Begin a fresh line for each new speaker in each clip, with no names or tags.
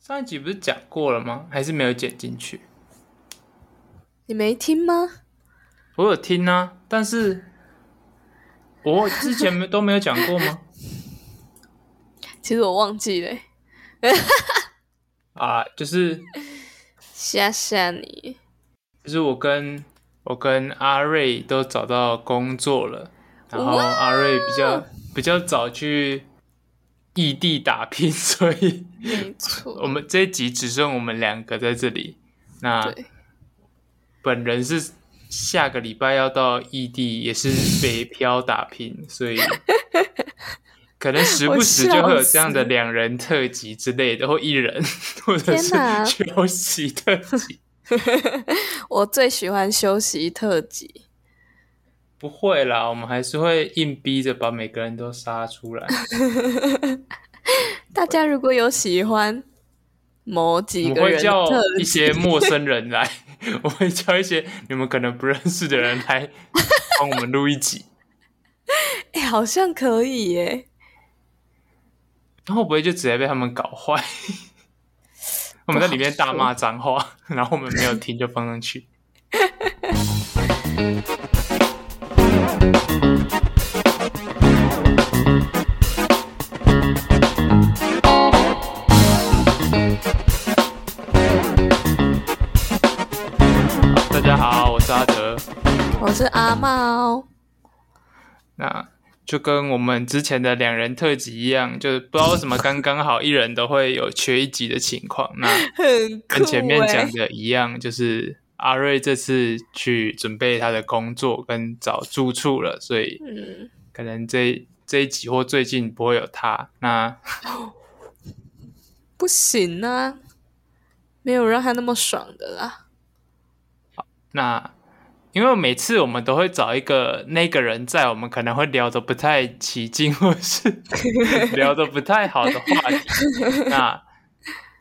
上一集不是讲过了吗？还是没有剪进去？
你没听吗？
我有听啊，但是我之前没都没有讲过吗？
其实我忘记了，
啊，就是
吓吓你！
就是我跟我跟阿瑞都找到工作了，然后
哇
阿瑞比较比较早去异地打拼，所以
没
我
错，
们这一集只剩我们两个在这里。那
对，
本人是下个礼拜要到异地，也是北漂打拼，所 以可能时不时就会有这样的两人特辑之类的，或一人，或者是
天哪
休息特辑。
我最喜欢休息特辑。
不会啦，我们还是会硬逼着把每个人都杀出 来。
大家如果有喜欢某
我
几
们
个
会
人
叫
特
一
辑，
些陌生人来， 我会叫一些你们可能不认识的人来帮我们录一集。
哎、好像可以耶。
然后会不会就直接被他们搞坏？我们在里面大骂脏话， 然后我们没有听就放上去。大家好，我是阿德。
我是阿猫，
那就跟我们之前的两人特辑一样，就是不知道为什么刚刚好一人都会有缺一集的情况。那
很酷哎
跟前面讲
耶
的一样，就是阿瑞这次去准备他的工作跟找住处了，所以
嗯，
可能这这一集或最近不会有他。那
不行啊，没有让他那么爽的啦。
那因为每次我们都会找一个那个人在，我们可能会聊得不太起劲， 或是聊得不太好的话题。那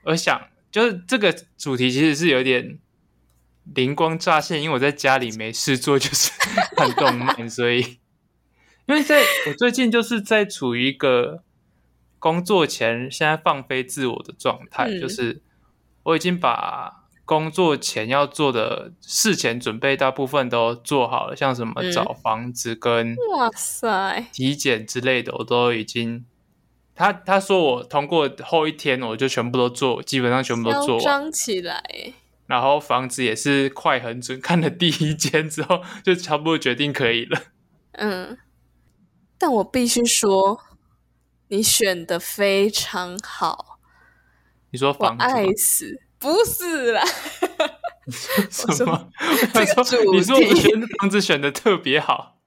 我想，就是这个主题其实是有点灵光乍现，因为我在家里没事做，就是看动漫，所以因为在我最近就是在处于一个工作前现在放飞自我的状态，
嗯
就是我已经把工作前要做的事前准备大部分都做好了，像什么
嗯
找房子跟
哇塞，
体检之类的，我都已经。他他说我通过后一天，我就全部都做，基本上全部都做
嚣
完。
张起来耶！
然后房子也是快很准，看了第一间之后，就差不多决定可以了。
嗯，但我必须说，你选的非常好，
你说
我
房子吗
爱死。不是啦，
什么？
我
我
说
想
这个
说，你说
主题
我选的房子选的特别好，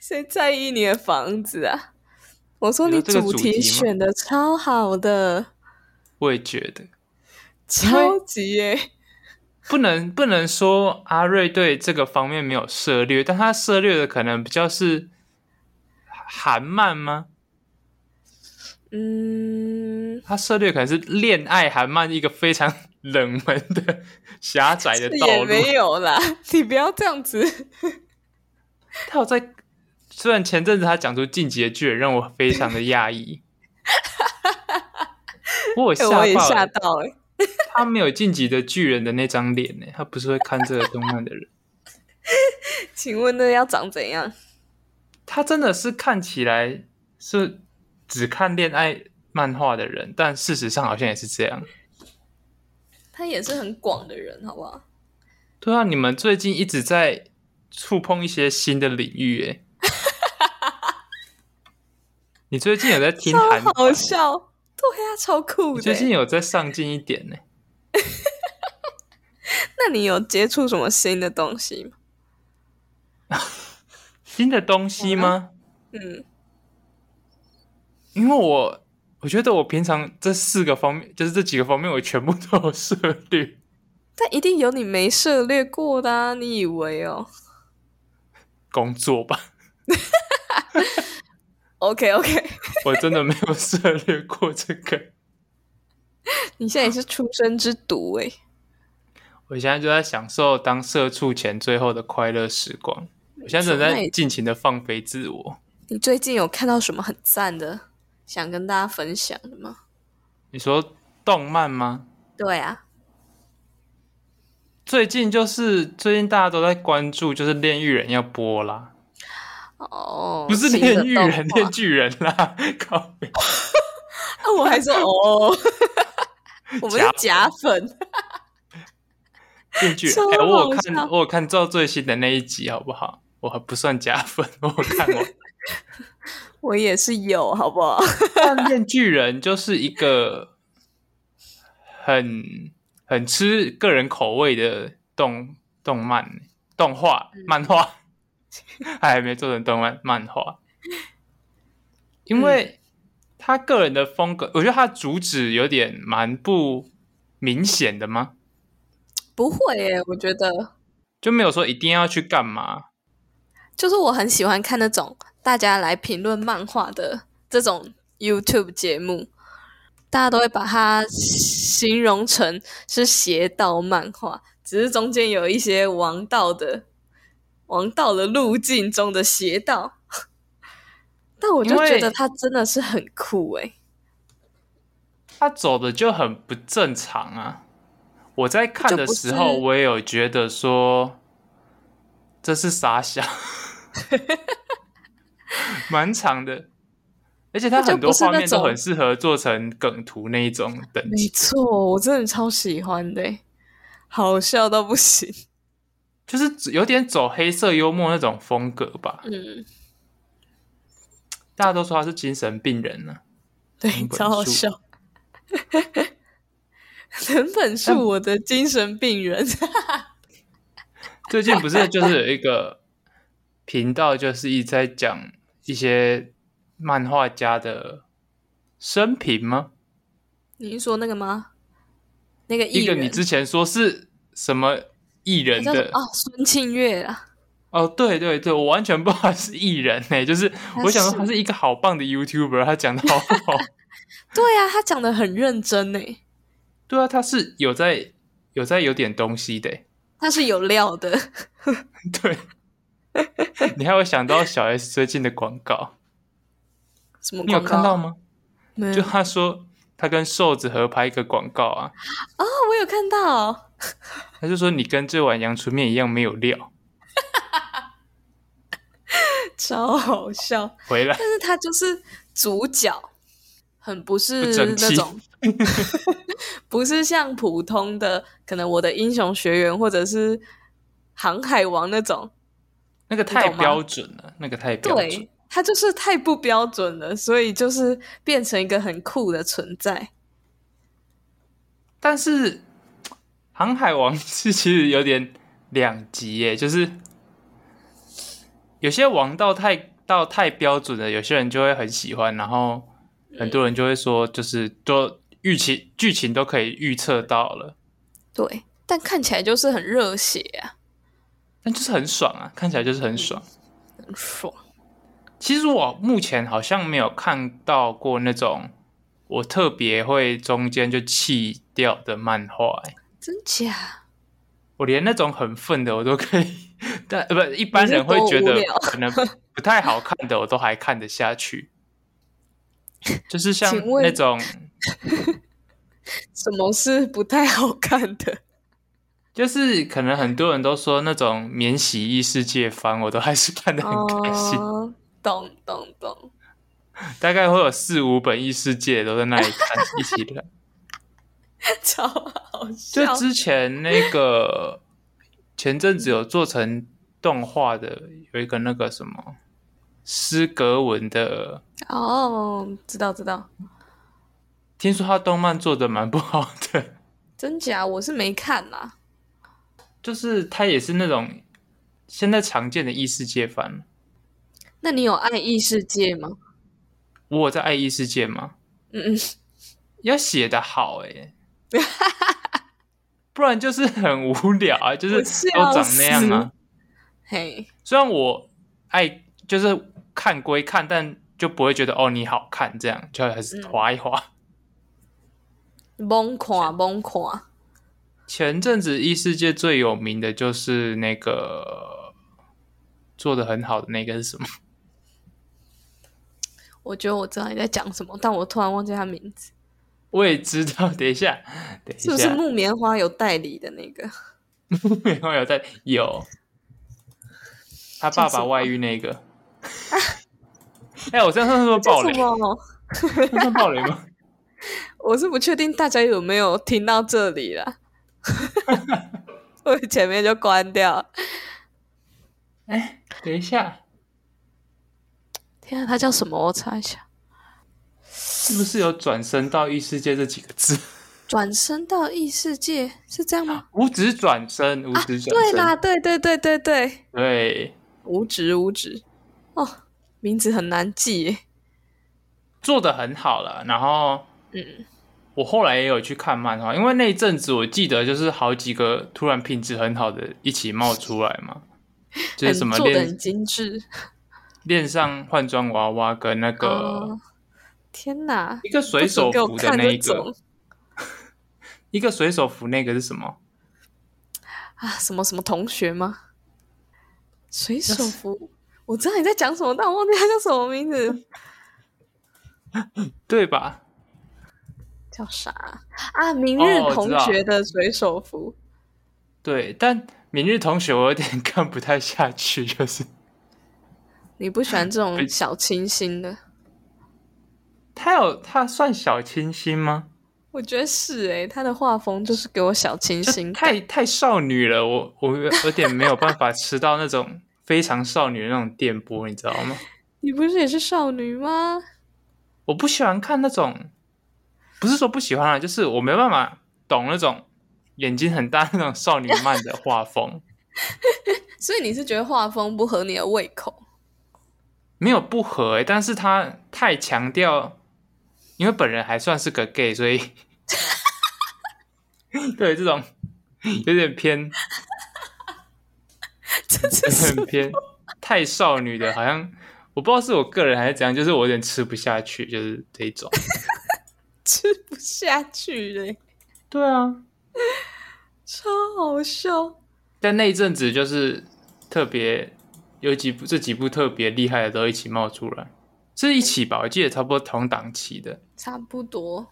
谁在意你的房子啊？我说
你
你
说这个主题
题
吗
选的超好的，
我也觉得
超级耶、
不能不能说阿瑞对这个方面没有涉略，但他涉略的可能比较是韩漫吗？
嗯，
他涉略可能是恋爱韩漫一个非常冷门的狭窄的道
也
路。
没有啦，你不要这样子。
他有在，虽然前阵子他讲出《进击的巨人》，让我非常的讶 异。我有
哎
吓
我也
到
吓
欸，
到哎、
他没有《晋级的巨人》的那张脸呢，他不是会看这个动漫的人，
请问那要长怎样？
他真的是看起来是只看恋爱漫画的人，但事实上好像也是这样。
他也是很广的人，好不好？
对啊，你们最近一直在触碰一些新的领域， 哎，你最近有在听
超
韩
好
团？
笑，对呀、超酷
你
的。
最近有在上进一点呢？
那你有接触什么新的东西吗？
新的东西吗？
嗯，
因为我我觉得我平常这四个方面，就是这几个方面，我全部都有涉猎。
但一定有你没涉略过的啊！你以为哦
工作吧，
？OK OK，
我真的没有涉猎过这个。
你现在也是出生之毒哎、
我现在就在享受当社畜前最后的快乐时光。我现在正
那
在
也
尽情的放飞自我。
你最近有看到什么很赞的，想跟大家分享的吗？
你说动漫吗？
对啊，
最近就是最近大家都在关注，就是《炼狱人》要播啦，
哦，
不是《
新的
炼狱
动
人》，《
画
炼巨人》啦，靠北！
啊，我还说哦， 我们是假粉，
炼巨人
超，
哎、我有
好笑
看，我有看到最新的那一集，好不好？我还不算加分，我有看我
我也是有，好不好？
但炼巨人就是一个很很吃个人口味的动动漫、动画、漫画，还没做成动漫漫画，因为他个人的风格，我觉得他主旨有点蛮不明显的吗？
不会耶，我觉得
就没有说一定要去干嘛，
就是我很喜欢看那种大家来评论漫画的这种 YouTube 节目，大家都会把它形容成是邪道漫画，只是中间有一些王道的王道的路径中的邪道。 但我就
因为
觉得它真的是很酷欸诶，
他走的就很不正常啊！我在看的时
就
候，
不是
我也有觉得说这是傻 小，蛮长的，而且它很多画面都很适合做成梗图那一种等
没
级，
错，我真的超喜欢的耶，好笑到不行。
就是有点走黑色幽默那种风格吧。
嗯，
大家都说他是精神病人啊呢、藤
对，
本
超好
树
笑。 藤本是我的精神病人，
最近不是就是有一个频道，就是一直在讲一些漫画家的生平吗？
你是说那个吗？那个艺
一个
人，
你之前说是什么艺人
好像
的
是哦，孙庆月啊，
哦，对对对，我完全不知道他是艺人呢、就是
他
我想说
是
他是一个好棒的 YouTuber，他讲的好 好，
对啊，他讲的很认真呢，
对啊，他是有在有在有点东西的欸、
他是有料的，
对， 你还有想到小 S 最近的广告，
什么
你有
广告？嗯
看
哦
到吗？
没有
就他说他跟瘦子合拍一个广告啊，
哦，我有看到，
他就说你跟这碗阳春面一样没有料，
超好笑。
回 来
但是他就是主角，很不
不
是
争
那
气
种， 不是像普通的可能我的英雄学员或者是航海王那种，
那个太
你懂吗
标准了，那个太标准
对。他就是太不标准了，所以就是变成一个很酷的存在。
但是《航海王》是其实有点两极耶，就是有些王道太到太标准了，有些人就会很喜欢，然后很多人就会说，就是都预期剧情都可以预测到了，
对，但看起来就是很热血啊，
但就是很爽啊，看起来就是很爽。
很爽。
其实我目前好像没有看到过那种我特别会中间就弃掉的漫画耶，
真假？
我连那种很愤的我都可以，但呃不一般人会觉得
你是多无聊
可能不太好看的我都还看得下 去，就是像
请问
那种
什么是不太好看 的？
就是可能很多人都说那种免洗衣世界番，我都还是看得很开心，
哦，懂懂懂。
大概会有四五本异世界都在那里看一起看。
超好
就
笑。
之前那 个前阵子有做成动画的，有一个那个什么斯格文的
哦，知道知道，
听说他动漫做的蛮不好的，
真假我是没看啦。
就是他也是那种现在常见的异世界番。
那你有爱异世界吗？
我有在爱异世界吗？
嗯嗯，
要写的好诶、 不然就是很无聊啊，就是
我笑
都长那样啊。
嘿，
虽然我爱就是看归看，但就不会觉得哦你好看这样，就还是
嗯
划一划。
崩垮崩垮，
前阵子异世界最有名的就是那个做的很好的那个是什么？
我觉得我知道你在讲什么，但我突然忘记他名字。
我也知道，等一下， 等一
是
下，
不是木棉花有代理的那个？
没有有在有，他爸
叫什
爸
么
外遇那个。 哎、我这样算是不是
叫
暴
什
雷？
么？
这样算暴雷吗？
我是不确定大家有没有听到这 里啦。我前面就关掉了。
哎等一下，
天啊，它叫什么？我查一下。
是不是有转身到异世界这几个字？
转身到异世界是这样吗？
五指转身，五
啊，
指啊转
对
身，
啦，对对对对对，
对，
五指五指。哦，名字很难记耶。
做的很好了。然后
嗯，
我后来也有去看漫画，因为那一阵子我记得就是好几个突然品质很好的一起冒出来嘛，就是什
很
么
做的
恋
很精致。
恋上换装娃娃跟那个、
哦天哪！
一个水手
不准给
服
我
的
看
那一
这种
个，一个水手服那个是什么？
啊，什么什么同学吗？水手服，我知道你在讲什么，但我忘记他叫什么名字，
对吧？
叫啥啊啊？明日
哦我
同
知道
学的水手服，
对，但明日同学我有点 看不太下去，就是
你不喜欢这种
哎
小清新的？
他有他算小清新吗？
我觉得是诶、他的画风就是给我小清新
就
感。
太太少女了，我我有有点没有办法吃到那种非常少女的那种电波，你知道吗？
你不是也是少女吗？
我不喜欢看那种，不是说不喜欢啊，就是我没办法懂那种眼睛很大那种少女漫的画风。
所以你是觉得画风不合你的胃口？
没有不合、欸，但是他太强调，因为本人还算是个 gay，所以 对这种有点偏，
这
有
这是
点偏太少女的，好像我不知道是我个人还是怎样，就是我有点吃不下去，就是这一种。
吃不下去嘞、
对啊，
超好笑。
但那一阵子就是特别有几部这几部特别厉害的都一起冒出来，是一起吧？我记得差不多同档期的。
差不多，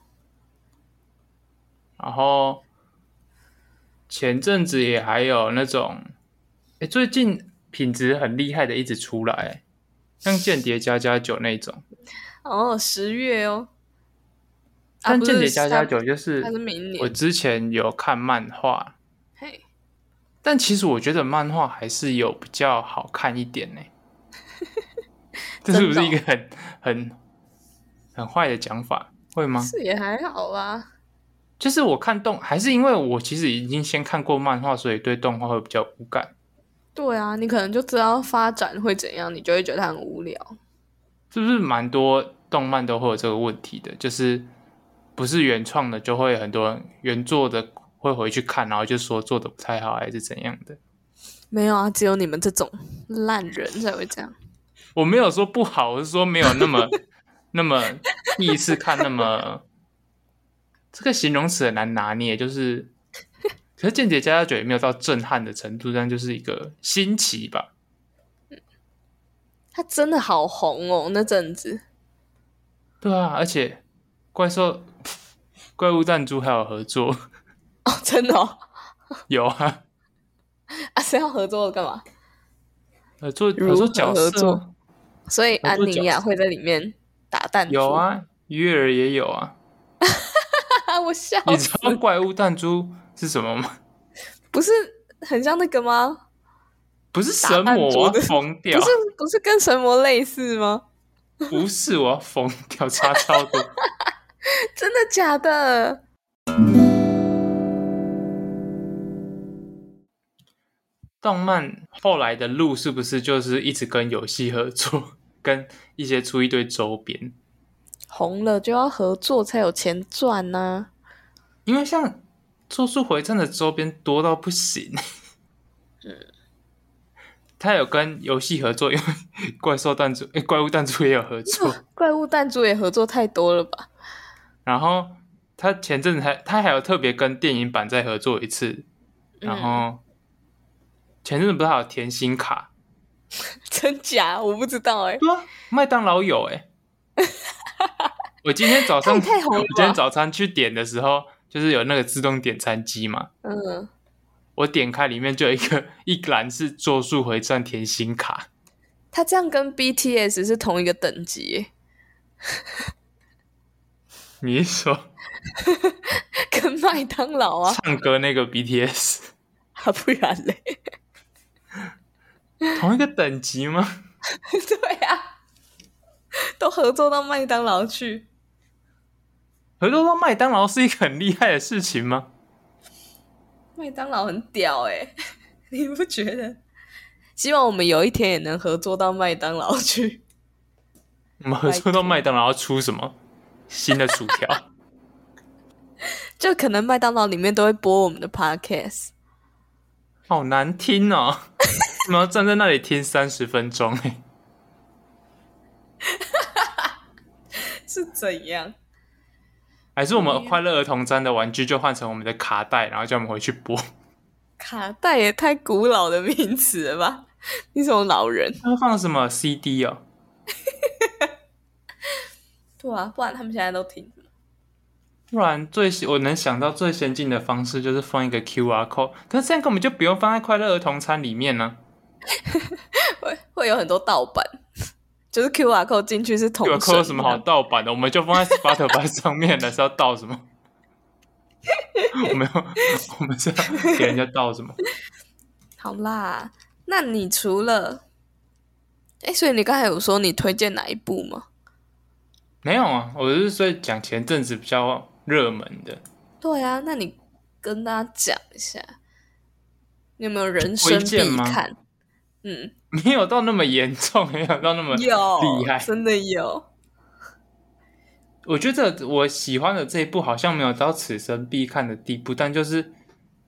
然后前阵子也还有那种，哎，最近品质很厉害的一直出来，像《间谍加加酒》那种。
哦，十月哦，啊
但
不
《
是
间谍加加
下
酒》就是
它是明
我
年。
之前有看漫画，
嘿，
但其实我觉得漫画还是有比较好看一点呢。这是不是一个很很很坏的讲法？会吗？
是也还好啦。
就是我看动，还是因为我其实已经先看过漫画，所以对动画会比较无感。
对啊，你可能就知道发展会怎样，你就会觉得它很无聊。
是不是蛮多动漫都会有这个问题的？就是不是原创的，就会很多人原作的会回去看，然后就说做的不太好，还是怎样的。
没有啊，只有你们这种烂人才会这样。
我没有说不好，我是说没有那么那么第一次看那么这个形容词很难拿捏，就是。可是《间谍加加酒》也没有到震撼的程度，但就是一个新奇吧。
他真的好红哦，那阵子
对啊，而且怪兽、怪物弹珠还有合作，
哦，真的哦，
有啊。
啊，是要合作的干嘛？
合作
如
合作
何
角
合
色
作所以
合
安
作
妮
角
亚
色
会在里面打弹珠。
有，啊，鱼儿也有啊。
我笑
你知
死，
道怪物弹珠是什么吗？
不是很像那个吗？
不是神
打
魔，
弹珠
我要
的
疯
不
掉！
是不是跟神魔类似吗？
不是，我要疯掉，差超多。
真的假的？
动漫后来的路是不是就是一直跟游戏合作，跟一些出一堆周边？
红了就要合作才有钱赚啊呐、
因为像《咒术回战》的周边多到不行。他有跟游戏合作，因为怪兽弹珠、诶怪物弹珠也有合作。
怪物弹珠也合作太多了吧？
然后他前阵子还他还有特别跟电影版再合作一次，然后前阵子不是还有甜心卡，
真假我不知道哎、
对啊，麦当劳有哎、欸我今天早上，
太太红了吧
我今天早餐去点的时候，就是有那个自动点餐机嘛，
嗯，
我点开里面就有一个 一栏是咒术回战甜心卡，
他这样跟 BTS 是同一个等级欸耶，
你是说
跟麦当 劳啊，
唱歌那个 BTS
啊不然嘞？
同一个等级吗？
对啊，都合作到麦当劳去。
合作到麦当劳是一个很厉害的事情吗？
麦当劳很屌哎、 你不觉得？希望我们有一天也能合作到麦当劳去。
我们合作到麦当劳要出什么新的薯条？
就可能麦当劳里面都会播我们的 podcast，
好难听哦！我们要站在那里听三十分钟、欸，
是怎样？
还是我们快乐儿童站的玩具就换成我们的卡带，然后叫我们回去播？
卡带也太古老的名词了吧？你什么老人？
他们放什么 CD 哦？
对啊，不然他们现在都听什么
不然最我能想到最先进的方式就是放一个 QR code，可是这样根本就不用放在快乐儿童餐里面呢、
会会有很多盗版，就是 QR code 进去是同
QR
声
code 有什么好盗版的？我们就放在 Spotify 上面了，是要盗什么？我没有， 我们是要给人家盗什么？
好啦，那你除了，哎，所以你刚才有说你推荐哪一部吗？
没有啊，我是说讲前阵子比较热门的，
对啊，那你跟大家讲一下，你有没有人生
推
必
荐吗
看？嗯，
没有到那么严重，没有到那么
有
厉害。
真的有。
我觉得我喜欢的这一部好像没有到此生必看的地步，但就是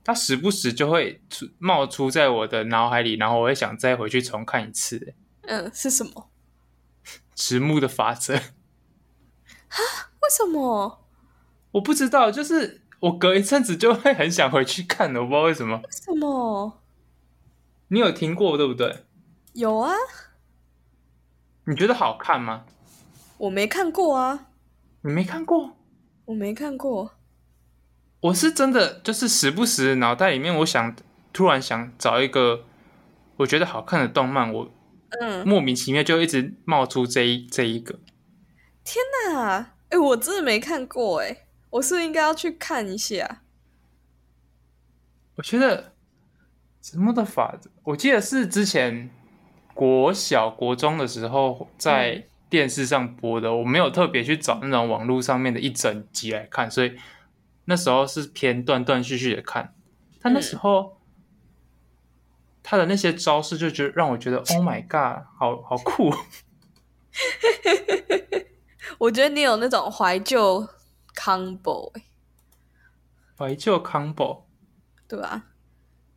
它时不时就会出冒出在我的脑海里，然后我会想再回去重看一次。欸
嗯，是什么？
迟暮的法则，
为什么？
我不知道，就是我隔一阵子就会很想回去看的，我不知道为什么。
为什么？
你有听过对不对？
有啊，
你觉得好看吗？
我没看过啊，
你没看过？
我没看过。
我是真的就是时不时脑袋里面，我想突然想找一个我觉得好看的动漫，我
嗯，
莫名其妙就一直冒出这一这一个。
那哎，我真的没看过哎，我是不是应该要去看一下？
我觉得什么的法则，我记得是之前国小国中的时候在电视上播的，我没有特别去找那种网络上面的一整集来看，所以那时候是偏断断续续的看。但那时候、他的那些招式就觉得让我觉得 Oh my God，好好酷！
我觉得你有那种怀旧 combo 哎，
怀旧 combo，
对吧、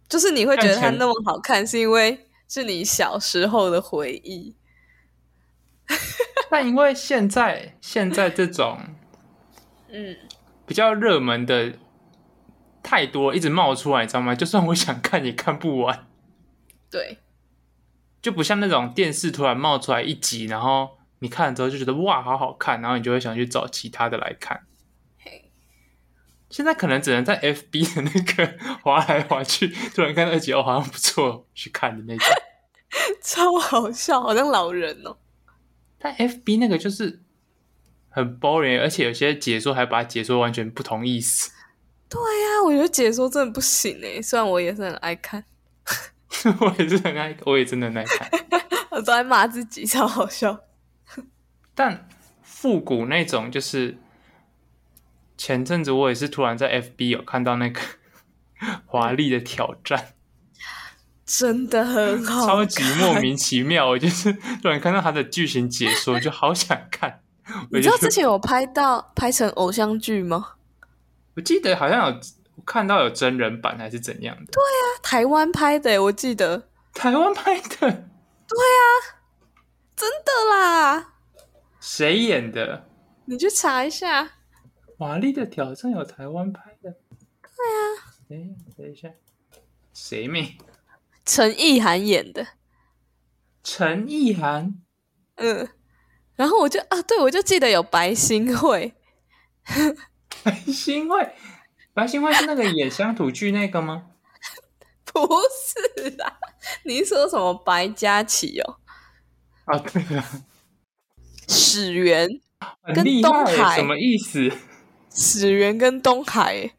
就是你会觉得它
看起来
那么好看，是因为是你小时候的回忆。
但因为现在现在这种
嗯，
比较热门的太多，一直冒出来，你知道吗？就算我想看也看不完，
对，
就不像那种电视突然冒出来一集，然后你看了之后就觉得哇，好好看，然后你就会想去找其他的来看
嘿。
现在可能只能在 FB 的那个滑来滑去，突然看到一集哦，好像不错，去看的那种。
超好笑，好像老人哦。
但 FB 那个就是很 boring，而且有些解说还把解说完全不同意思。
对呀、我觉得解说真的不行哎，虽然我也是很爱看，
我也是很爱，我也真的很爱看。
我都在骂自己，超好笑。
但复古那种，就是前阵子我也是突然在 FB 有看到那个 华丽的挑战，
真的很 好看，
超级莫名其妙。我就是突然看到他的剧情解说，就好想看。 我
你知
就
道之前有拍到拍成偶像剧吗？
我记得好像有我看到有真人版还是怎样的，
啊台湾拍的耶，我记得，
台湾拍的，
真的啦，
谁演的？
你去查一下。
华丽的挑战有台湾拍的。对啊。哎，等一下，谁没？
陈意涵演的，
陈意涵。
嗯，然后我就啊，对我就记得有白新会，
白新会，白新会是那个演乡土剧那个吗？
不是啦， 你说什么白佳琪哦，
啊，对了，
始源
很
跟
厉
东
害耶，
海
什么意思？
始源跟东海耶，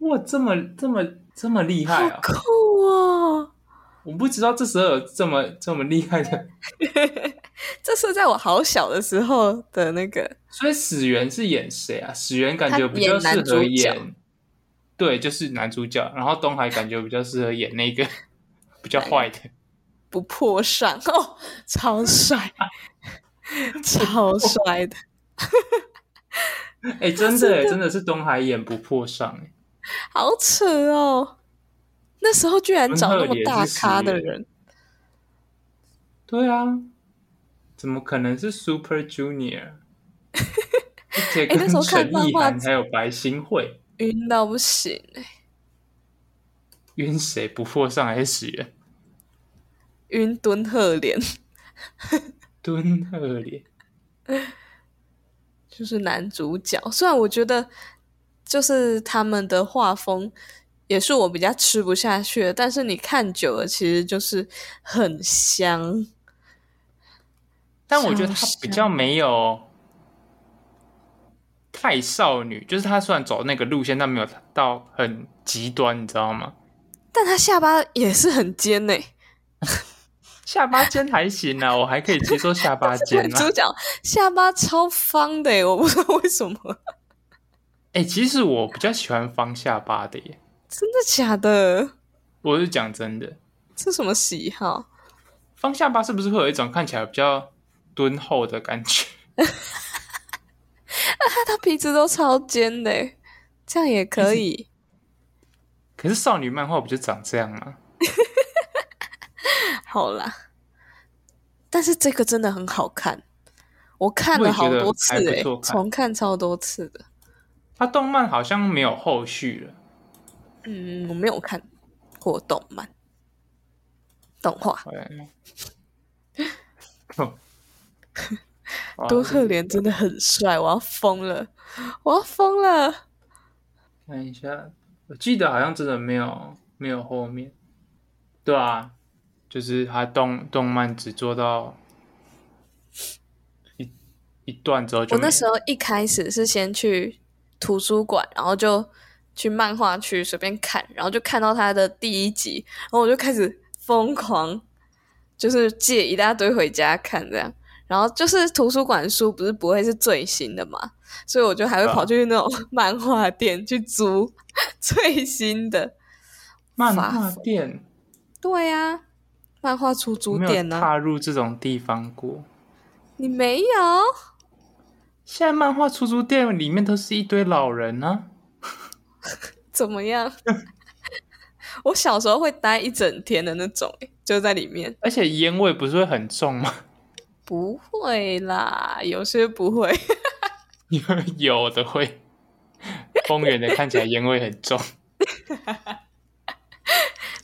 哇，这么这么这么厉害
好
啊！
酷哦！
我不知道这时候有这么这么厉害的，
这是在我好小的时候的那个，
所以始源是演谁啊？始源感觉
他
比较
演男
适合
主角
演，对，就是男主角。然后东海感觉比较适合演那个 比较坏 的，
不破上 哦，超帅，超帅的。
哎、真的耶真的是东海演不破上哎，
好扯哦！那时候居然找那么大咖的
温赫
人，
对啊，怎么可能是 Super Junior？而且
哎那
跟
时候看
陈
漫
意
画
涵还有白新慧，
晕到不行欸，
晕谁不破上还是始源？
晕蹲赫脸，
敦贺脸，
就是男主角。虽然我觉得，就是他们的画风也是我比较吃不下去的，但是你看久了，其实就是很香。
但我觉得她
小
比较没有太少女，就是她虽然走那个路线，但没有到很极端，你知道吗？
但他下巴也是很尖呢、
下巴尖还行啊，我还可以接受下巴尖
男
啊
主。角下巴超方的、欸，我不知道为什么，
哎、其实我比较喜欢方下巴的耶，
真的假的？
我是讲真的，
这什么喜好？
方下巴是不是会有一种看起来比较敦厚的感觉？
他鼻子都超尖的欸，这样也可以。
可是少女漫画不就长这样吗？
好啦，但是这个真的很好看，我看
我
了
也觉
好
得
多次
还不
哎
错，看
重看超多次的。
它动漫好像没有后续了。
嗯，我没有看过动漫、动画，
好像 哦哇
多赫连真的很帅，我要疯了，我要疯了。
看一下，我记得好像真的没有没有后面，对啊，就是他动动漫只做到一一段之后就
我
没
那时
了
候一开始是先去图书馆，然后就去漫画区随便看，然后就看到他的第一集，然后我就开始疯狂，就是借一大堆回家看这样。然后就是图书馆书不是不会是最新的嘛，所以我就还会
啊
跑去那种漫画店去租最新的。
漫
发
画店
对呀、啊，漫画出
我
租
没
店
有
呢、
踏入这种地方过。
你没有？
现在漫画出租店里面都是一堆老人啊，
怎么样？ 我小时候会待一整天的那种，欸就在里面。
而且烟味不是会很重吗？
不会啦，有些不会。
因为有的会，公园的看起来烟味很重。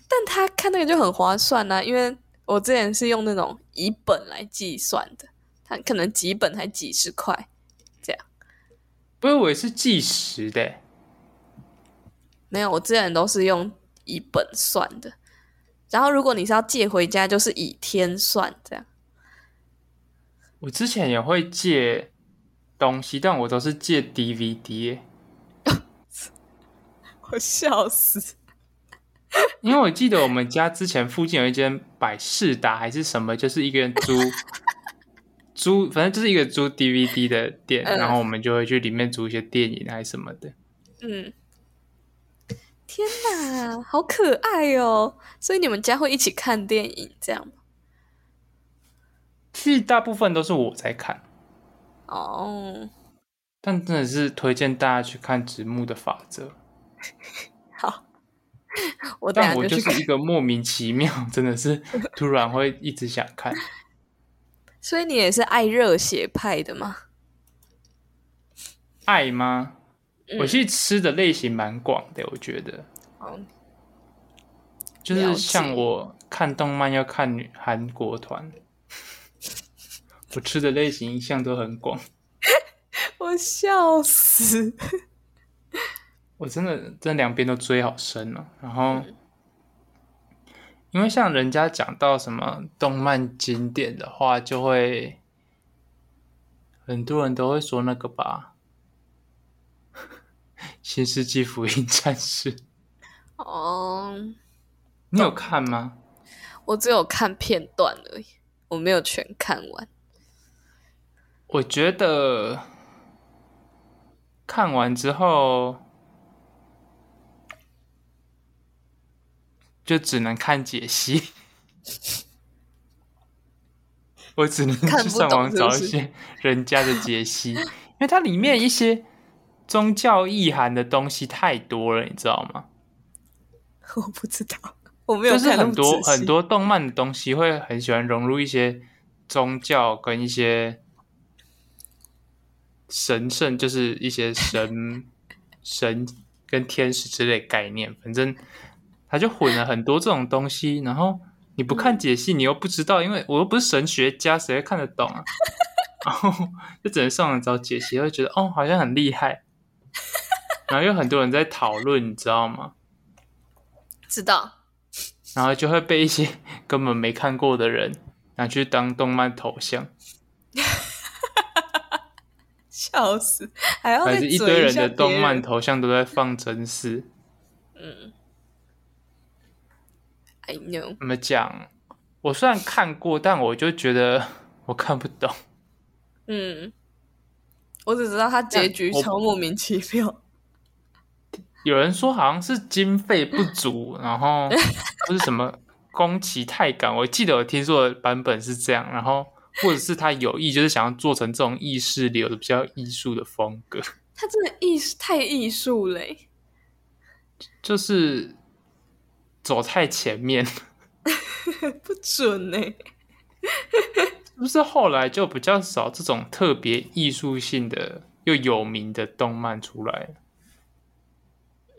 但他看那个就很划算啊呐、因为我之前是用那种以本来计算的，他可能几本才几十块，
不是，我也是计时的欸，
没有，我之前都是用以本算的。然后如果你是要借回家，就是以天算这样。
我之前也会借东西，但我都是借 DVD，欸
我笑死！
因为我记得我们家之前附近有一间百事达还是什么，就是一个人租 租，反正就是一个租 DVD 的店，
嗯
然后我们就会去里面租一些电影还是什么的。
嗯，天哪，好可爱哦！所以你们家会一起看电影这样吗？
其实大部分都是我在看，
哦，
但真的是推荐大家去看《直木的法则》，
我等下
但我
去
就
看
是。一个莫名其妙，真的是突然会一直想看。
所以你也是爱热血派的吗？
爱吗？
嗯
我其实吃的类型蛮广的，我觉得
哦，
就
了
是
解
像我看动漫要看女韩国团， 我吃的类型一向都很广，
我笑死。
我真的真的两边都追好深了、然后，因为像人家讲到什么动漫经典的话，就会很多人都会说那个 吧，《新世纪福音战士》，
哦、
你有看吗？
我只有看片段而已，我没有全看完。
我觉得看完之后就只能看解析，我只能
看
去
不
上
懂
网
是不
找一
是
些人家的解析，因为它里面一些宗教意涵的东西太多了，你知道吗？
我不知道，我没有
就是
看那
很
么
多
仔细
很多动漫的东西会很喜欢融入一些宗教跟一些神圣，就是一些 神神跟天使之类的概念，反正他就混了很多这种东西，然后你不看解析，你又不知道，因为我又不是神学家，谁会看得 懂啊？然后就只能上网找解析，会觉得哦，好像很厉 害，然后有很多人在讨论，你知道吗？
知道，
然后就会被一些 根本没看过的人拿去当动漫头像，
笑死，还要
反
再
正
嘴
一堆人
下
的动
别
漫
人
头像都在放真丝。
，I know，
怎么讲？我虽然看过，但我就觉得 我看不懂。
嗯，我只知道他结局
但我
超莫名其妙，
有人说好像是经费不 足，然后不是什么宫崎太赶。我记得我听说的版本是这样，然后或者是他有意就是想要做成这种意识流的比较艺术的风格。
他真的艺术太艺术嘞、
就是走太前面，是
不准欸呢、
不是后来就比较少这种特别艺术性的又有名的动漫出来了？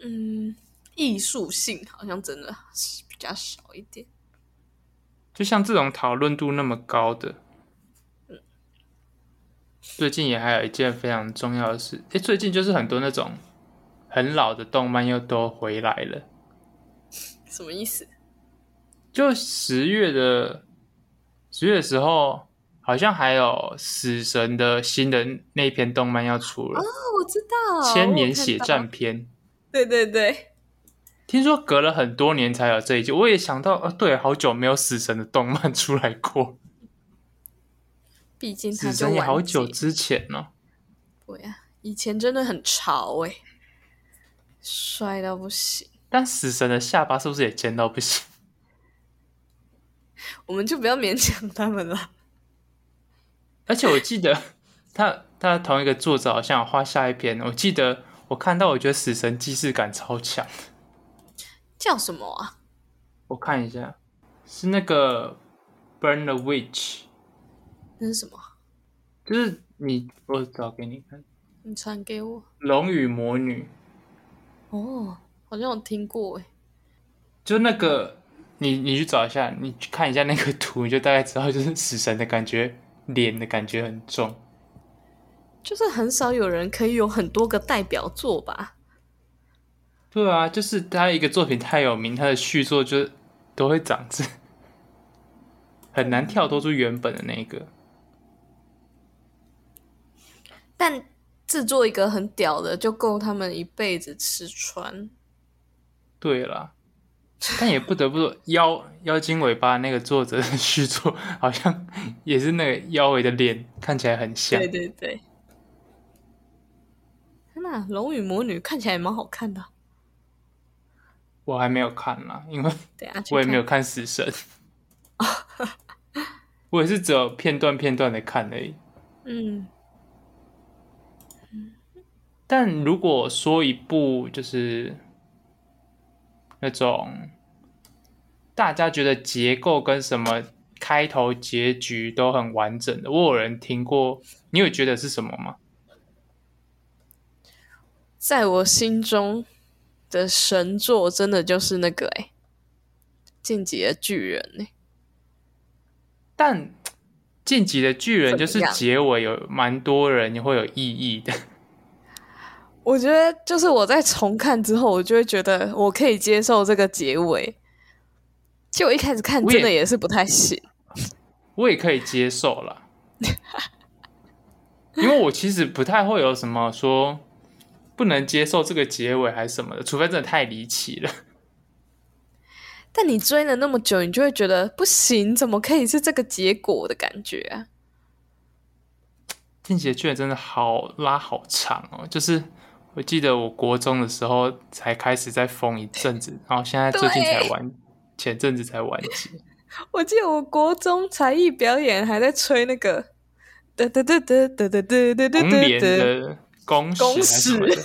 嗯，艺术性好像真的是比较少一点，
就像这种讨论度那么高的，最近也还有一件非常重要的事，诶，最近就是很多那种很老的动漫又都回来了。
什么意思？
就十月的十月的时候，好像还有死神的新的那篇动漫要出了，
哦，我知道，
《千年血
我有
战
看到，
篇》。
对对对，
听说隔了很多年才有这一季，我也想到，呃、对，好久没有死神的动漫出来过，
毕竟他
死
就
神也
完
好久
结
之前哦了、
对啊，以前真的很潮哎、帅到不行。
但死神的下巴是不是也尖到不行？
我们就不要勉强他们了。
而且我记得他他同一个作者好像有画下一篇，我记得我看到，我觉得死神既视感超强。
叫什么啊？
我看一下，是那个 Burn the Witch，
那是什么？
就是你我找给你看，《
你传给我。
龙与魔女》
哦，好像有听过哎。
就那个，你你去找一下，你去看一下那个图，你就大概知道，就是死神的感觉，脸的感觉很重。
就是很少有人可以有很多个代表作吧？
对啊，就是他一个作品太有名，他的续作就都会长 这，很难跳脱出原本的那个。
但制作一个很屌的，就够他们一辈子吃穿。
对 啦，但也不得不说，妖妖精尾巴那个作者的续作好像也是那个妖尾的脸看起来很像
对。对对。天呐，龙与魔女看起来也蛮好看的。
我还没有看啦，因为
等一下去
我也没有
看。
看死神， 我也是只有片段片段的看而已。
嗯，
但如果说一部就是那种大家觉得结构跟什么开头、结局都很完整的，我有人听过，你有觉得是什么吗？
在我心中的神作，真的就是那个哎、欸进击的巨人哎、
但晋级的巨人就是
怎么样
结尾有蛮多人会有异议的，
我觉得就是我在重看之后，我就会觉得我可以接受这个结尾。就我一开始看
我也
真的也是不太行，
我也可以接受啦。 因为我其实不太会有什么说不能接受这个结尾还是什么的，除非真的太离奇了。
但你追了那么久，你就会觉得不行，怎么可以是这个结果的感觉啊？
进阶卷真的好拉好长哦，就是我记得我国中的时候才开始在疯一阵子，然后现在最近才完，前阵子才完结。
我记得我国中才艺表演还在吹那个，得得得得得得得得得
红
得
莲
得，
的公式
公
还是什么
式
的，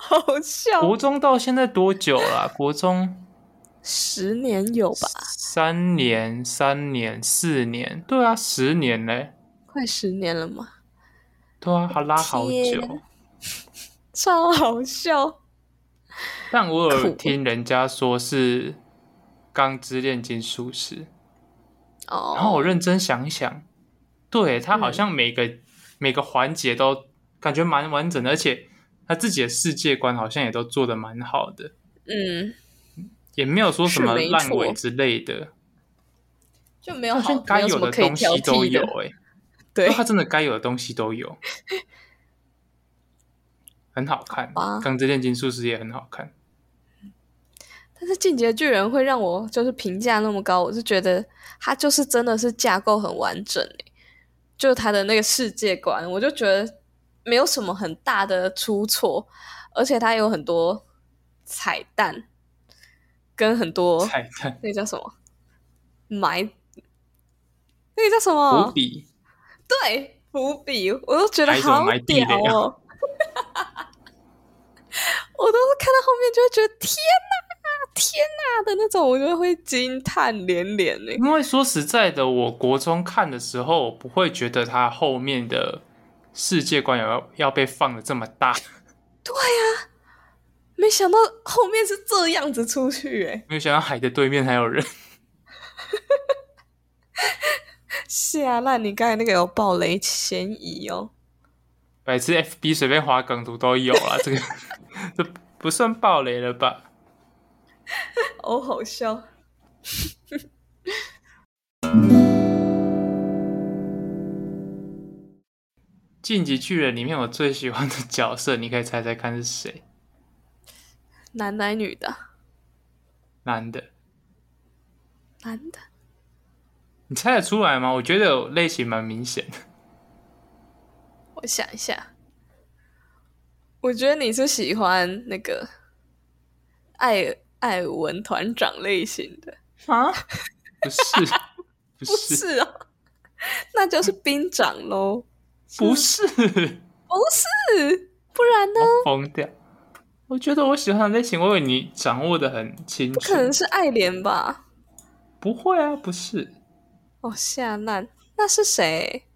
好笑
国，中到现在多久了啊、国中
十年有吧，
三年、三年、四年，对啊，十年嘞，
快十年了嘛，
对啊，还拉好
天
久。
超好笑。
但我有
苦
听人家说是《钢之炼金术师》，
哦，嗯
然后我认真想一想，对他好像每个、每个环节都感觉蛮完整的，而且他自己的世界观好像也都做的蛮好的，
嗯，
也没有说什么
是没
烂
错
尾之类的，
就没有
好
好，
像该
没有什么
的
可以
东
挑
西都
剔
有、
的，
欸，哎，
对
他真的该有的东西都 有，很好看，
吧
《钢之炼金术师》也很好看，
但是《进击的巨人》会让我就是评价那么高，我是觉得它就是真的是架构很完整、欸，就它的那个世界观，我就觉得没有什么很大的出错，而且它有很多彩蛋，跟很多
彩蛋
那个叫什么埋，那个叫什
无
么？
比。
对，伏笔，我都觉得
还有什么
好
埋地
屌
雷啊
哦！ 我都是看到后面就会觉得天哪、天哪、的那种，我就会惊叹连连欸呢、
因为说实在的，我国中看的时候，我不会觉得它后面的世界观要要被放的这么大，
没想到后面是这样子出去、欸，
没有想到海的对面还有人。
是啊，那你刚才那个有暴雷嫌疑哦。
每次 FB 随便划梗图都有啊，这个这不算暴雷了吧？
哦，好笑。
《晋级巨人》里面我最喜欢的角色，你可以猜猜看是谁？
男男女的，
男的，
男的，
你猜得出来吗？我觉得有类型蛮明显的，
我想一下，我觉得你是喜欢那个艾尔艾尔文团长类型的，
啊？不是， 不
不
是，
是 哦，那就是兵长喽，
不是，
不是，不然呢？
我疯掉！我觉得我喜欢的类型，我以为你掌握的很清楚
不，可能是爱莲吧？
不会啊，不是，
哦，下烂，那是谁？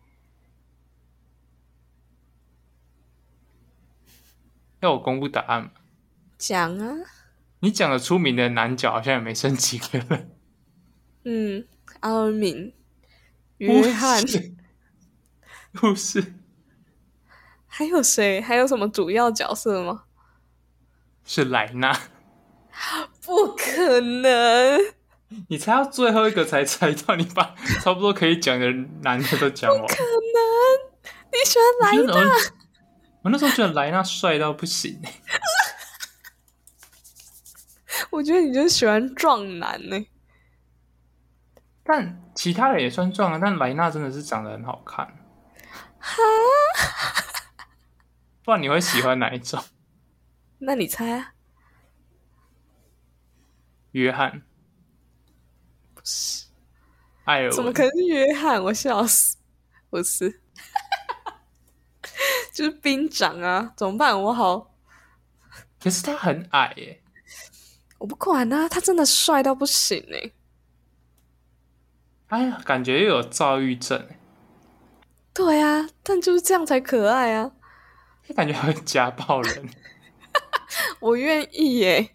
要我公布答案吗？
讲啊，
你讲的出名的男角好像也没剩几个了。
嗯，阿尔敏、约翰，
不是
还有谁？还有什么主要角色吗？
是莱纳，
不可能，
你猜到最后一个才猜到，你把差不多可以讲的男的都讲完。
你喜欢莱
我觉得我我那时候觉得莱纳帅到不行，
我觉得你就是喜欢壮男呢、
但其他人也算壮啊，但莱纳真的是长得很好看。 不然你会喜欢哪一种？
那你猜啊？
约翰
不是，
艾尔
怎么
文
可能是约翰？我笑死，不是， 就是兵长啊，怎么办？我好，
可是他很矮耶，
我不管啊，他真的帅到不行哎、
他感觉又有躁郁症耶，
对啊，但就是这样才可爱啊，
他感觉还会家暴人。
我愿意耶、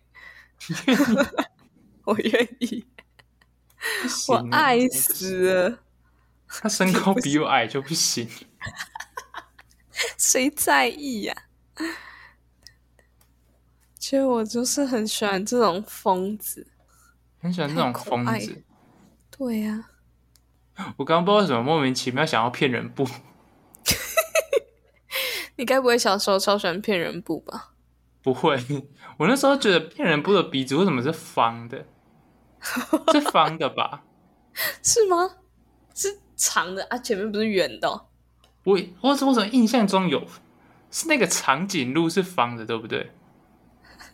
我愿意。 我爱死了。
啊他身高比我矮就不行，
谁在意啊呀、其实我就是很喜欢这种疯子。
很喜欢这种疯
太可
子。
对啊呀、
我刚刚不知道为什么莫名其妙想要骗人布，
你该不会小时候超喜欢骗人布吧？
不会，我那时候觉得骗人布的鼻子为什么是方的？是方的吧？
是吗？是长的啊，前面不是圆的哦、
我我怎我怎么印象中有是那个长颈鹿是方的，对不对？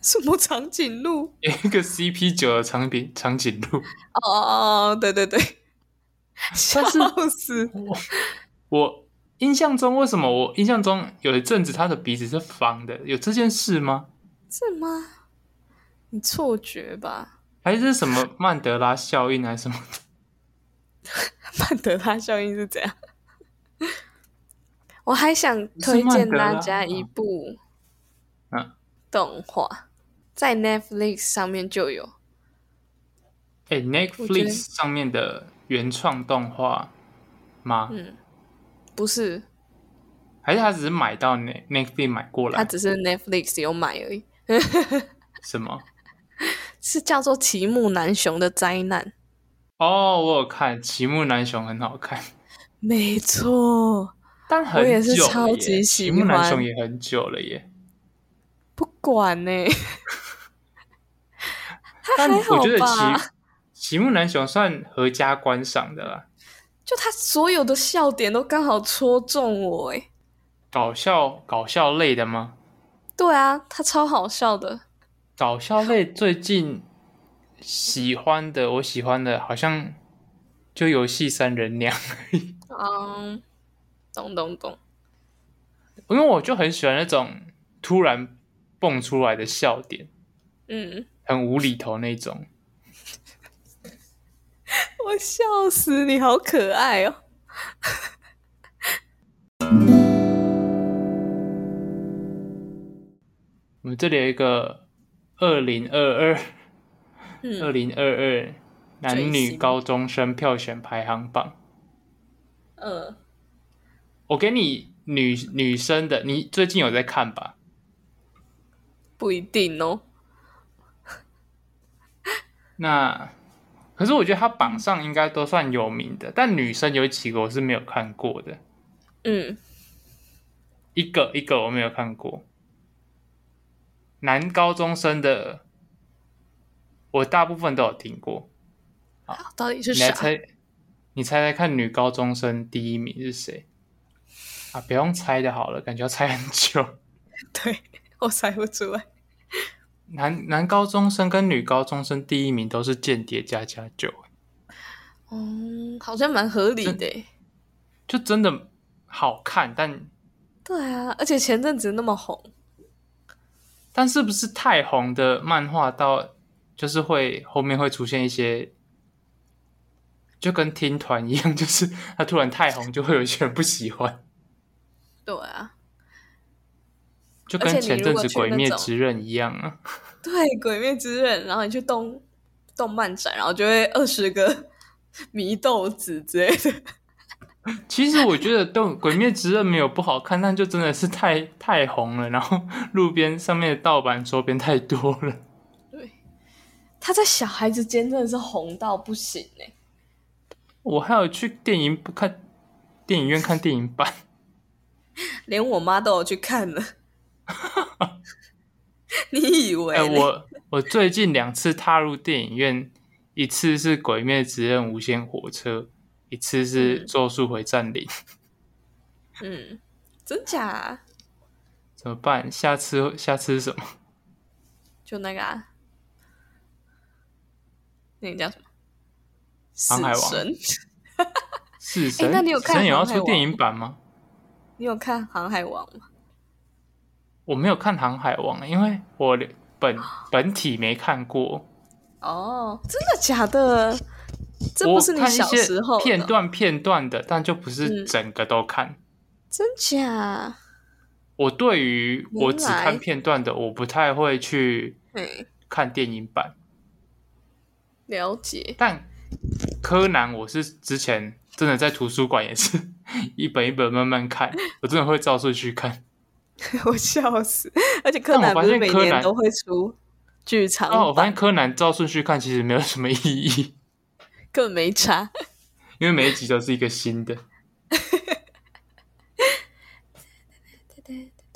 什么长颈鹿？
有一个 CP 九的长颈长颈鹿，
哦哦哦，对对对，笑死！
我印象中为什么我印象中有一阵子它的鼻子是方的，有这件事吗？
是吗？你错觉吧？
还是什么曼德拉效应还啊是什么？
曼德拉效应是怎样？ 我还想
是
推
曼
荐
德拉
大家一部
嗯
动画，在 Netflix 上面就有。
哎、n e t f l i
我觉得
x 上面的原创动画吗？
嗯不是，
还是他只是买到 Net Netflix 买过
它
来？
只是 Netflix 有买而已，
什么？
是叫做《奇木南雄的灾难》。
哦，我有看《奇木南雄》，很好 看，
没错，
但很久
我也是
了耶
超级喜
奇
欢
木南雄也很久了耶，
不管呢、它
但
还好
我觉得
吧
奇？奇木南雄算合家观赏的啦，
就他所有的笑点都刚好戳中我、欸，
搞笑搞笑类的吗？
对啊，他超好笑的。
搞笑 类最近喜欢的，我喜欢的好像就游戏三人娘，
嗯，懂懂懂，
因为我就很喜欢那种突然蹦出来的笑点，
嗯，
很无厘头那种。
我笑死你，好可爱哦。
我们这里有一个二零二二二
嗯，
零二二男女高中生票选排行榜，
呃，
我给你女女生的，你最近有在看吧？
不一定哦。
那可是我觉得它榜上应该都算有名的，但女生有几个我是没有看过的，
嗯，
一个一个我没有看过。男高中生的，我大部分都有听过。
啊到底是
你来
啥？
猜，你猜猜看，女高中生第一名是谁？啊，不用猜的好了，感觉要猜很久。
对 我猜不出来。
男男高中生跟女高中生第一名都是间谍加加九，
嗯，好像蛮合理的
嗯
欸、
就真的好看，但
对啊，而且前阵子那么红，
但是不是太红的漫画到就是会后面会出现一些，就跟听团一样，就是 他突然太红，就会有一些人不喜欢，
对啊，
就
而且
跟
你
前阵
如果
子《
去
鬼
那
灭
种
之刃》一样啊。
对《鬼灭之刃》，然后你去动动漫展，然后就会二十个 祢豆子之类的。
其实我觉得《动鬼灭之刃》没有不好看，但就真的是太太红了，然后路边上面的盗版周边太多了。
对，他在小孩子间真的是红到不行哎、
我还有去电影不看电影院看电影版，
连我妈都有去 看了。你以为、
哎、我 我最近两次踏入电影院，一次是《鬼灭之刃：无限火车》，一次是《
嗯
咒术回战零》
嗯，真假？
怎么办？下次下次是什么？
就那个、啊，那个叫什么？死
航海王
神？
死神？
哎那你有
死
看
神有要
航海
出电
王
影版吗？
你有看《航海王》吗？
我没有看《航海王》，因为我本本体没看过。
哦，真的假的？这不是你
我看一
小
些
时候的
片段片段的，但就不是
嗯
整个都看。
真假？
我对于
原来
我只看片段的，我不太会去
哎，
看电影版。
了解。
但柯南我是之前真的在图书馆也是 一本一本慢慢看，我真的会照顺序看。
我笑死！而且柯
但我
南不
发
是
现
每
柯
年
南哦
都会出剧场
然后我发
版，
现柯南照顺序看其实没有什么意义，
根本没差。
因为每一集都是一个新的。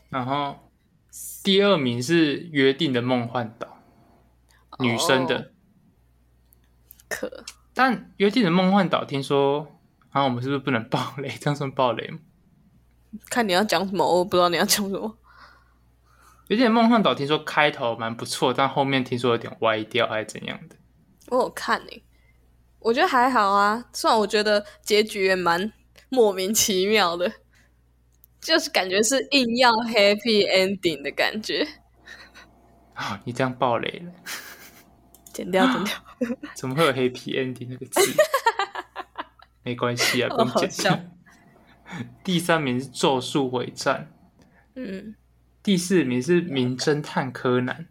然后第二名是《约定的梦幻岛》，女生的。
哦可
但《约定的梦幻岛》听说，啊，我们是不是不能爆雷？这样算爆雷吗？
看你要讲什么，我不知道你要讲什么。
《约定的梦幻岛》听说开头蛮不错，但后面听说有点歪掉，还是怎样的？
我有看诶、我觉得还好啊，虽然我觉得结局也蛮莫名其妙的，就是感觉是硬要 happy ending 的感觉。
啊、你这样爆雷了，
剪掉，剪掉，
怎么会有 “happy ending” 那个字？ 没关系啊，不
哦
用
好
剪掉。 第三名是《咒术回战》，
嗯，
第四名是《名侦探柯南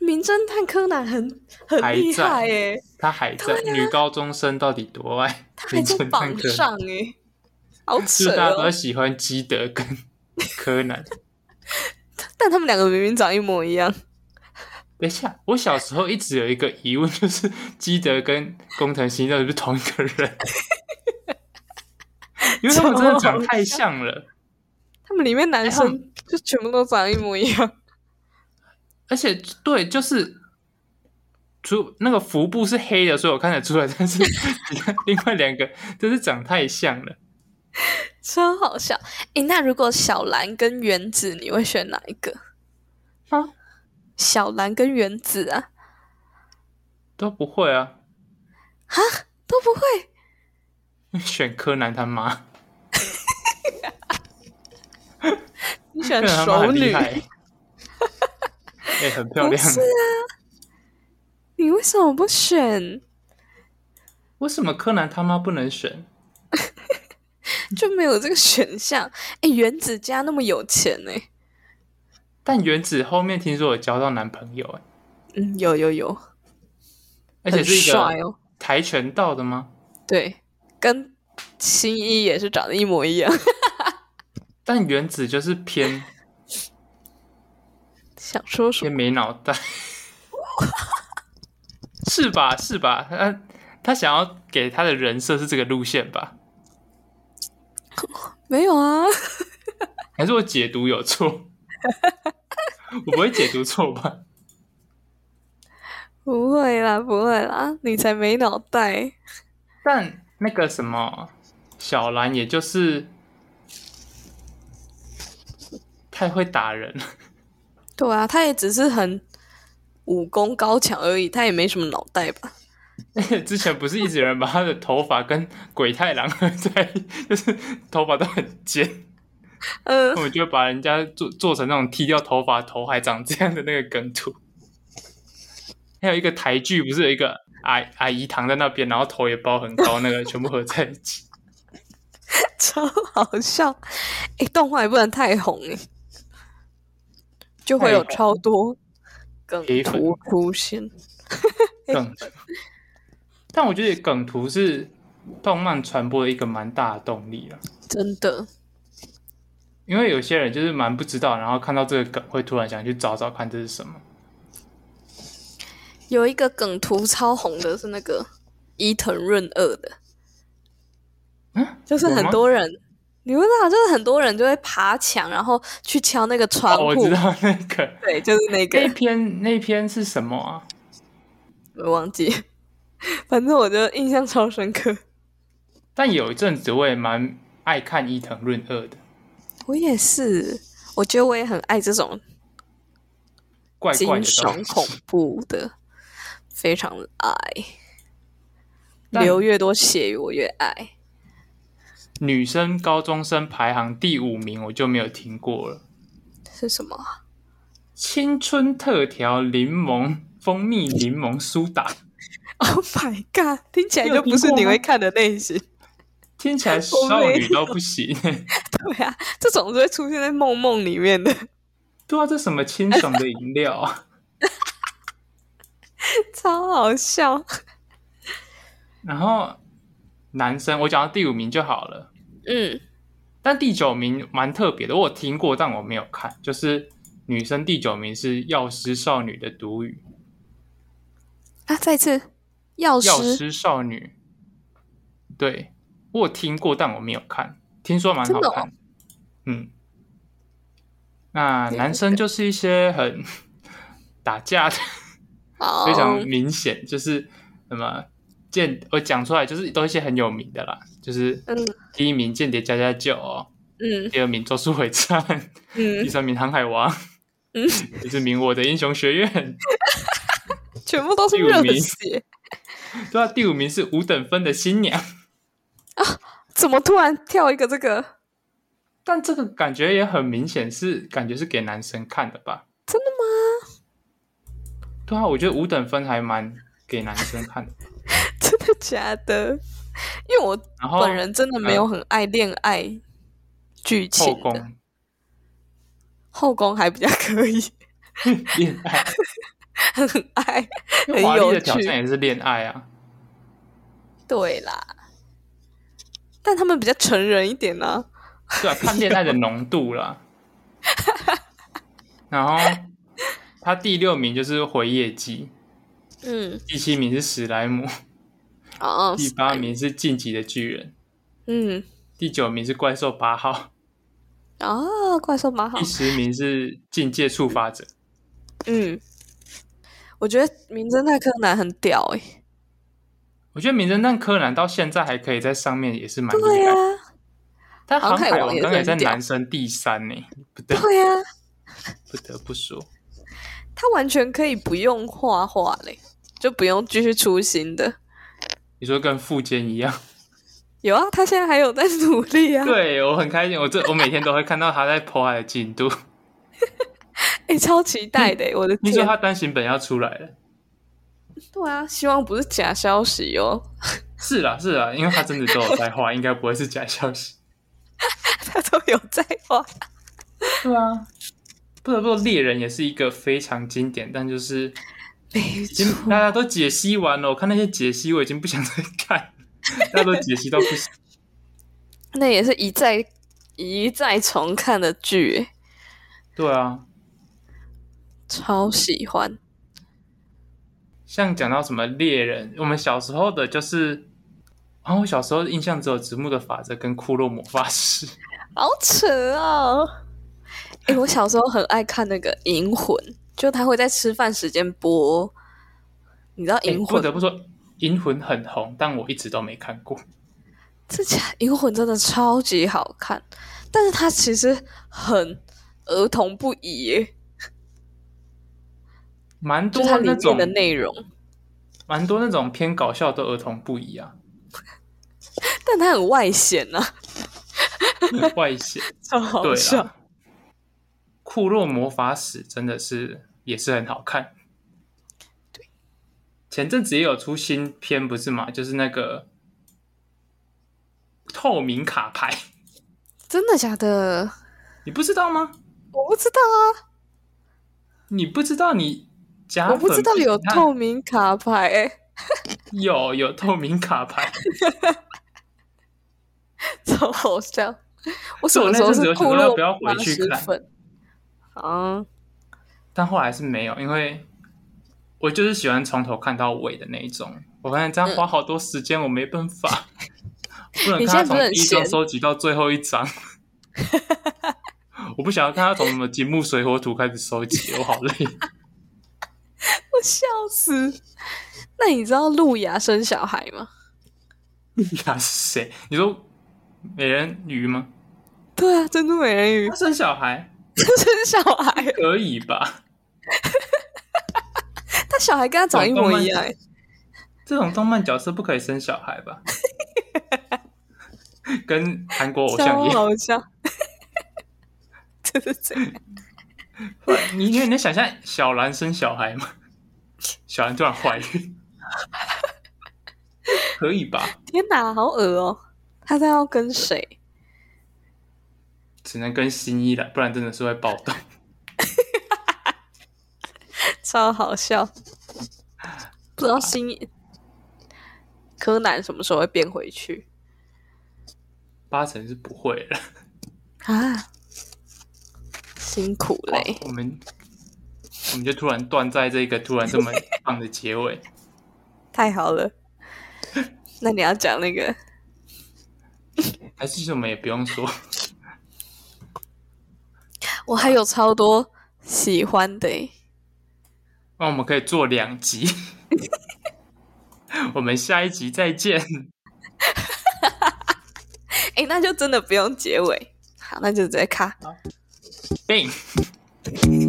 名侦探柯南很很
还
厉
在
害诶、》，
他还在。女高中生到底多爱
啊他还
名
在
侦探
榜
柯南？
上哦诶、好
是不
扯
是大家
哦
都！喜欢基德跟柯南？
但他们两个明明长一模一样。
等一下，我小时候一直有一个疑问，就是基德跟工藤新一到底是不是同一个人？因为他们真的长太像了，
他们里面男
哎他
生就全部都长一模一样。
而且对，就是除那个服部是黑的，所以我看得出来，但是你看另外两个真是长太像了。
超好笑！诶，那如果小兰跟原子，你会选哪一个？
啊，
小兰跟原子啊，
都不会啊，
都不会。
选柯南他妈，
你
柯
选
南 他妈
熟
很
女
厉？害，哎、很漂
不
亮。
是啊，你为什么不选？
为什么柯南他妈不能选？
就没有这个选项？诶，原子家那么有钱呢、
但原子后面听说有交到男朋友、哎。
嗯，有有有，
而且是一
很帅
个
哦。
跆拳道的吗？
对，跟新一也是长得一模一样。
但原子就是偏
想说什
偏
么？
没脑袋， 是吧？是吧？他他想要给他的人设是这个路线吧？
没有啊，
还是我解读有错？ 我不会解读错吧？
不会啦，不会啦，你才没脑袋。
但那个什么小兰，也就是太会打人 了，
对啊，他也只是很武功高强而已，他也没什么脑袋吧？
而且之前不是一直有人把他的头发跟鬼太郎合在一起， 就是头发都很尖。
嗯
我，们就把人家做做成那种剃掉头发头还长这样的那个梗图。还有一个台剧，不是有一个阿阿姨躺在那边，然后头也包很高，那个全部合在一 起。
超好笑！哎、动画也不能太红哎，就会有
太红
超多梗
黑粉
图出现。
梗图，但我觉得梗图是动漫传播的一个蛮大的动力了，
真的，
因为有些人就是蛮不知道，然后看到这个梗会突然想去找找看这是什么。
有一个梗图超红的是那个伊藤润二的，
嗯，
就是
有吗
很多人，你不知道，就是很多人就会爬墙，然后去敲那个窗
哦，我
户
知。道那个
对，就是 那个
那，篇那篇是什么啊？
我忘记， 反正我就印象超深刻。
但有一阵子我也蛮爱看伊藤润二的，
我也是，我觉得我也很爱这种
怪
惊
怪的东
悚
西。
恐怖的，非常的爱。
但
流越多血，我越爱。
女生高中生排行第五名，我就没有听过了。
是什么啊？
青春特调柠檬蜂蜜柠檬苏打，
？Oh my god！听起来
你有
就不是
听过
你
吗
会看的类型。
听起来少女都不行。
对啊，这种就会出现在梦梦里面的，
对啊，这什么清爽的饮料啊？
超好笑。
然后男生我讲到第五名就好了，
嗯，
但第九名蛮特别的，我有听过，但我没有看。就是女生第九名是《药师少女》的独语，
啊，再一次，药
《药
师
师少女》对我有听过，但我没有看，听说蛮好
真的哦
看。嗯，那
对
男生就是一些很 打架的。
哦，
非常明显，就是什么间我讲出来就是都一些很有名的啦，就是
嗯
第一名《间谍加加酒》哦，
嗯
第二名《咒术回战》， 第
嗯，
三名《航海王》，
嗯，
就是名我的英雄学院，
全部都是
第五
热
名
血，
对啊，第五名是五等分的新娘，
怎么突然跳一个这个？
但这个感觉也很明显是感觉是给男生看的吧？
真
的吗？对啊，我觉得五等分还蛮给男生 看的，
真的假的？因为我
然后
本人真的没有很爱恋爱剧情
后
的，
宫
后宫还比较可以，
恋爱，
很爱。
因为华丽
很
的
有
挑
趣
战也是恋爱啊。
对啦，但他们比较成人一点呢、
对啊，看恋爱的浓度 啦。然后他第六名就是《回夜姬
嗯，》，
第七名是《史莱 姆》，
哦，
第八名是《晋级的巨人》，
嗯，
第九名是《怪兽八号
哦，怪兽蛮》，好
第，十名是《境界触发者》。
嗯，我觉得《名侦探柯南》很屌欸诶、
我觉得《名侦探柯南》到现在还可以在上面，也是蛮厉
对
害。
啊，
但《航海
航海
王
王》也
刚才在
很屌
男生第三呢，不得
对啊，
不得不说，
他完全可以不用画画嘞，就不用继续出新的。
你说跟富坚一样，
有啊，他现在还有在努力啊，
对我很开心，我这我每天都会看到他在破他的进度。
哎、超期待的、我的
听说
天，
他单行本要出来了。
对啊，希望不是假消息哦，
是啦，是啦，因为他真的都有在画，应该不会是假消息。
他都有在画，
对啊，不得不说，猎人也是一个非常经典，但就是
没
已 经
错，
大家都解析完了。我看那些解析，我已经不想再看，大家都解析到不行。
那也是一再一再重看的剧、欸，
对啊，
超喜欢。
像讲到什么猎人，我们小时候的就是，然后我小时候印象只有直木的法则跟库洛魔法师。
好扯哦！哎、我小时候很爱看那个《银魂》，就他会在吃饭时间播。你知道《
诶
银
不
魂》
得不说，银魂很红，但我一直都没看过。
这家《银魂》真的超级好看，但是它其实很儿童不宜耶，
蛮
就
多
是它里
那
面
种
的内容，
蛮多那种偏搞笑的儿童不宜 啊，
但它很外显啊，
外显。
超好
对啊
笑。
啦，库洛魔法使真的是也是很好看。前阵子也有出新片，不是吗？就是那个透明卡牌，
真的假的？
你不知道吗？
我不知道啊，
你不知道你假
我不知道
粉
有
你看
透明卡牌、欸，
有有透明卡牌，
超好笑。我
是
什
我
么
那
时候
阵子
是
有想
库
说要
洛
不要回
马
去
石
看
粉？啊，
但后来是没有，因为我就是喜欢从头看到尾的那一种。我发现这样花好多时间，我没办 法，不能
嗯你
看他从
现在不是很
第一张
闲
收集到最后一张。 我不想要看他从什么金木水火土开始收集，我好累。
我笑死！那你知道路亚生小孩 吗？
呀，是谁？你说美人鱼吗？
对啊，珍珠美人鱼
他生小孩
生小孩，
可以吧？
他小孩跟他长一模一样欸，
这种动漫角色不可以生小孩吧？跟韩国偶像
超
一样。
好笑。 就是这样，
不然你你能想象小兰生小孩吗？小兰突然怀孕，可以吧？
天哪，好恶哦！他在要跟谁？
只能跟新一了，不然真的是会暴动。啊
超好笑，不知道新一柯南什么时候会变回去
八成是不会了。
啊？辛苦嘞、
哇我们我们就突然断在这个突然这么棒的结尾。
太好了。 那你要讲那个
还是其实我们也不用说，
我还有超多喜欢的欸，
那我们可以做两集。我们下一集再见，
哎，那就真的不用结尾。好，那就直接卡。
b a n g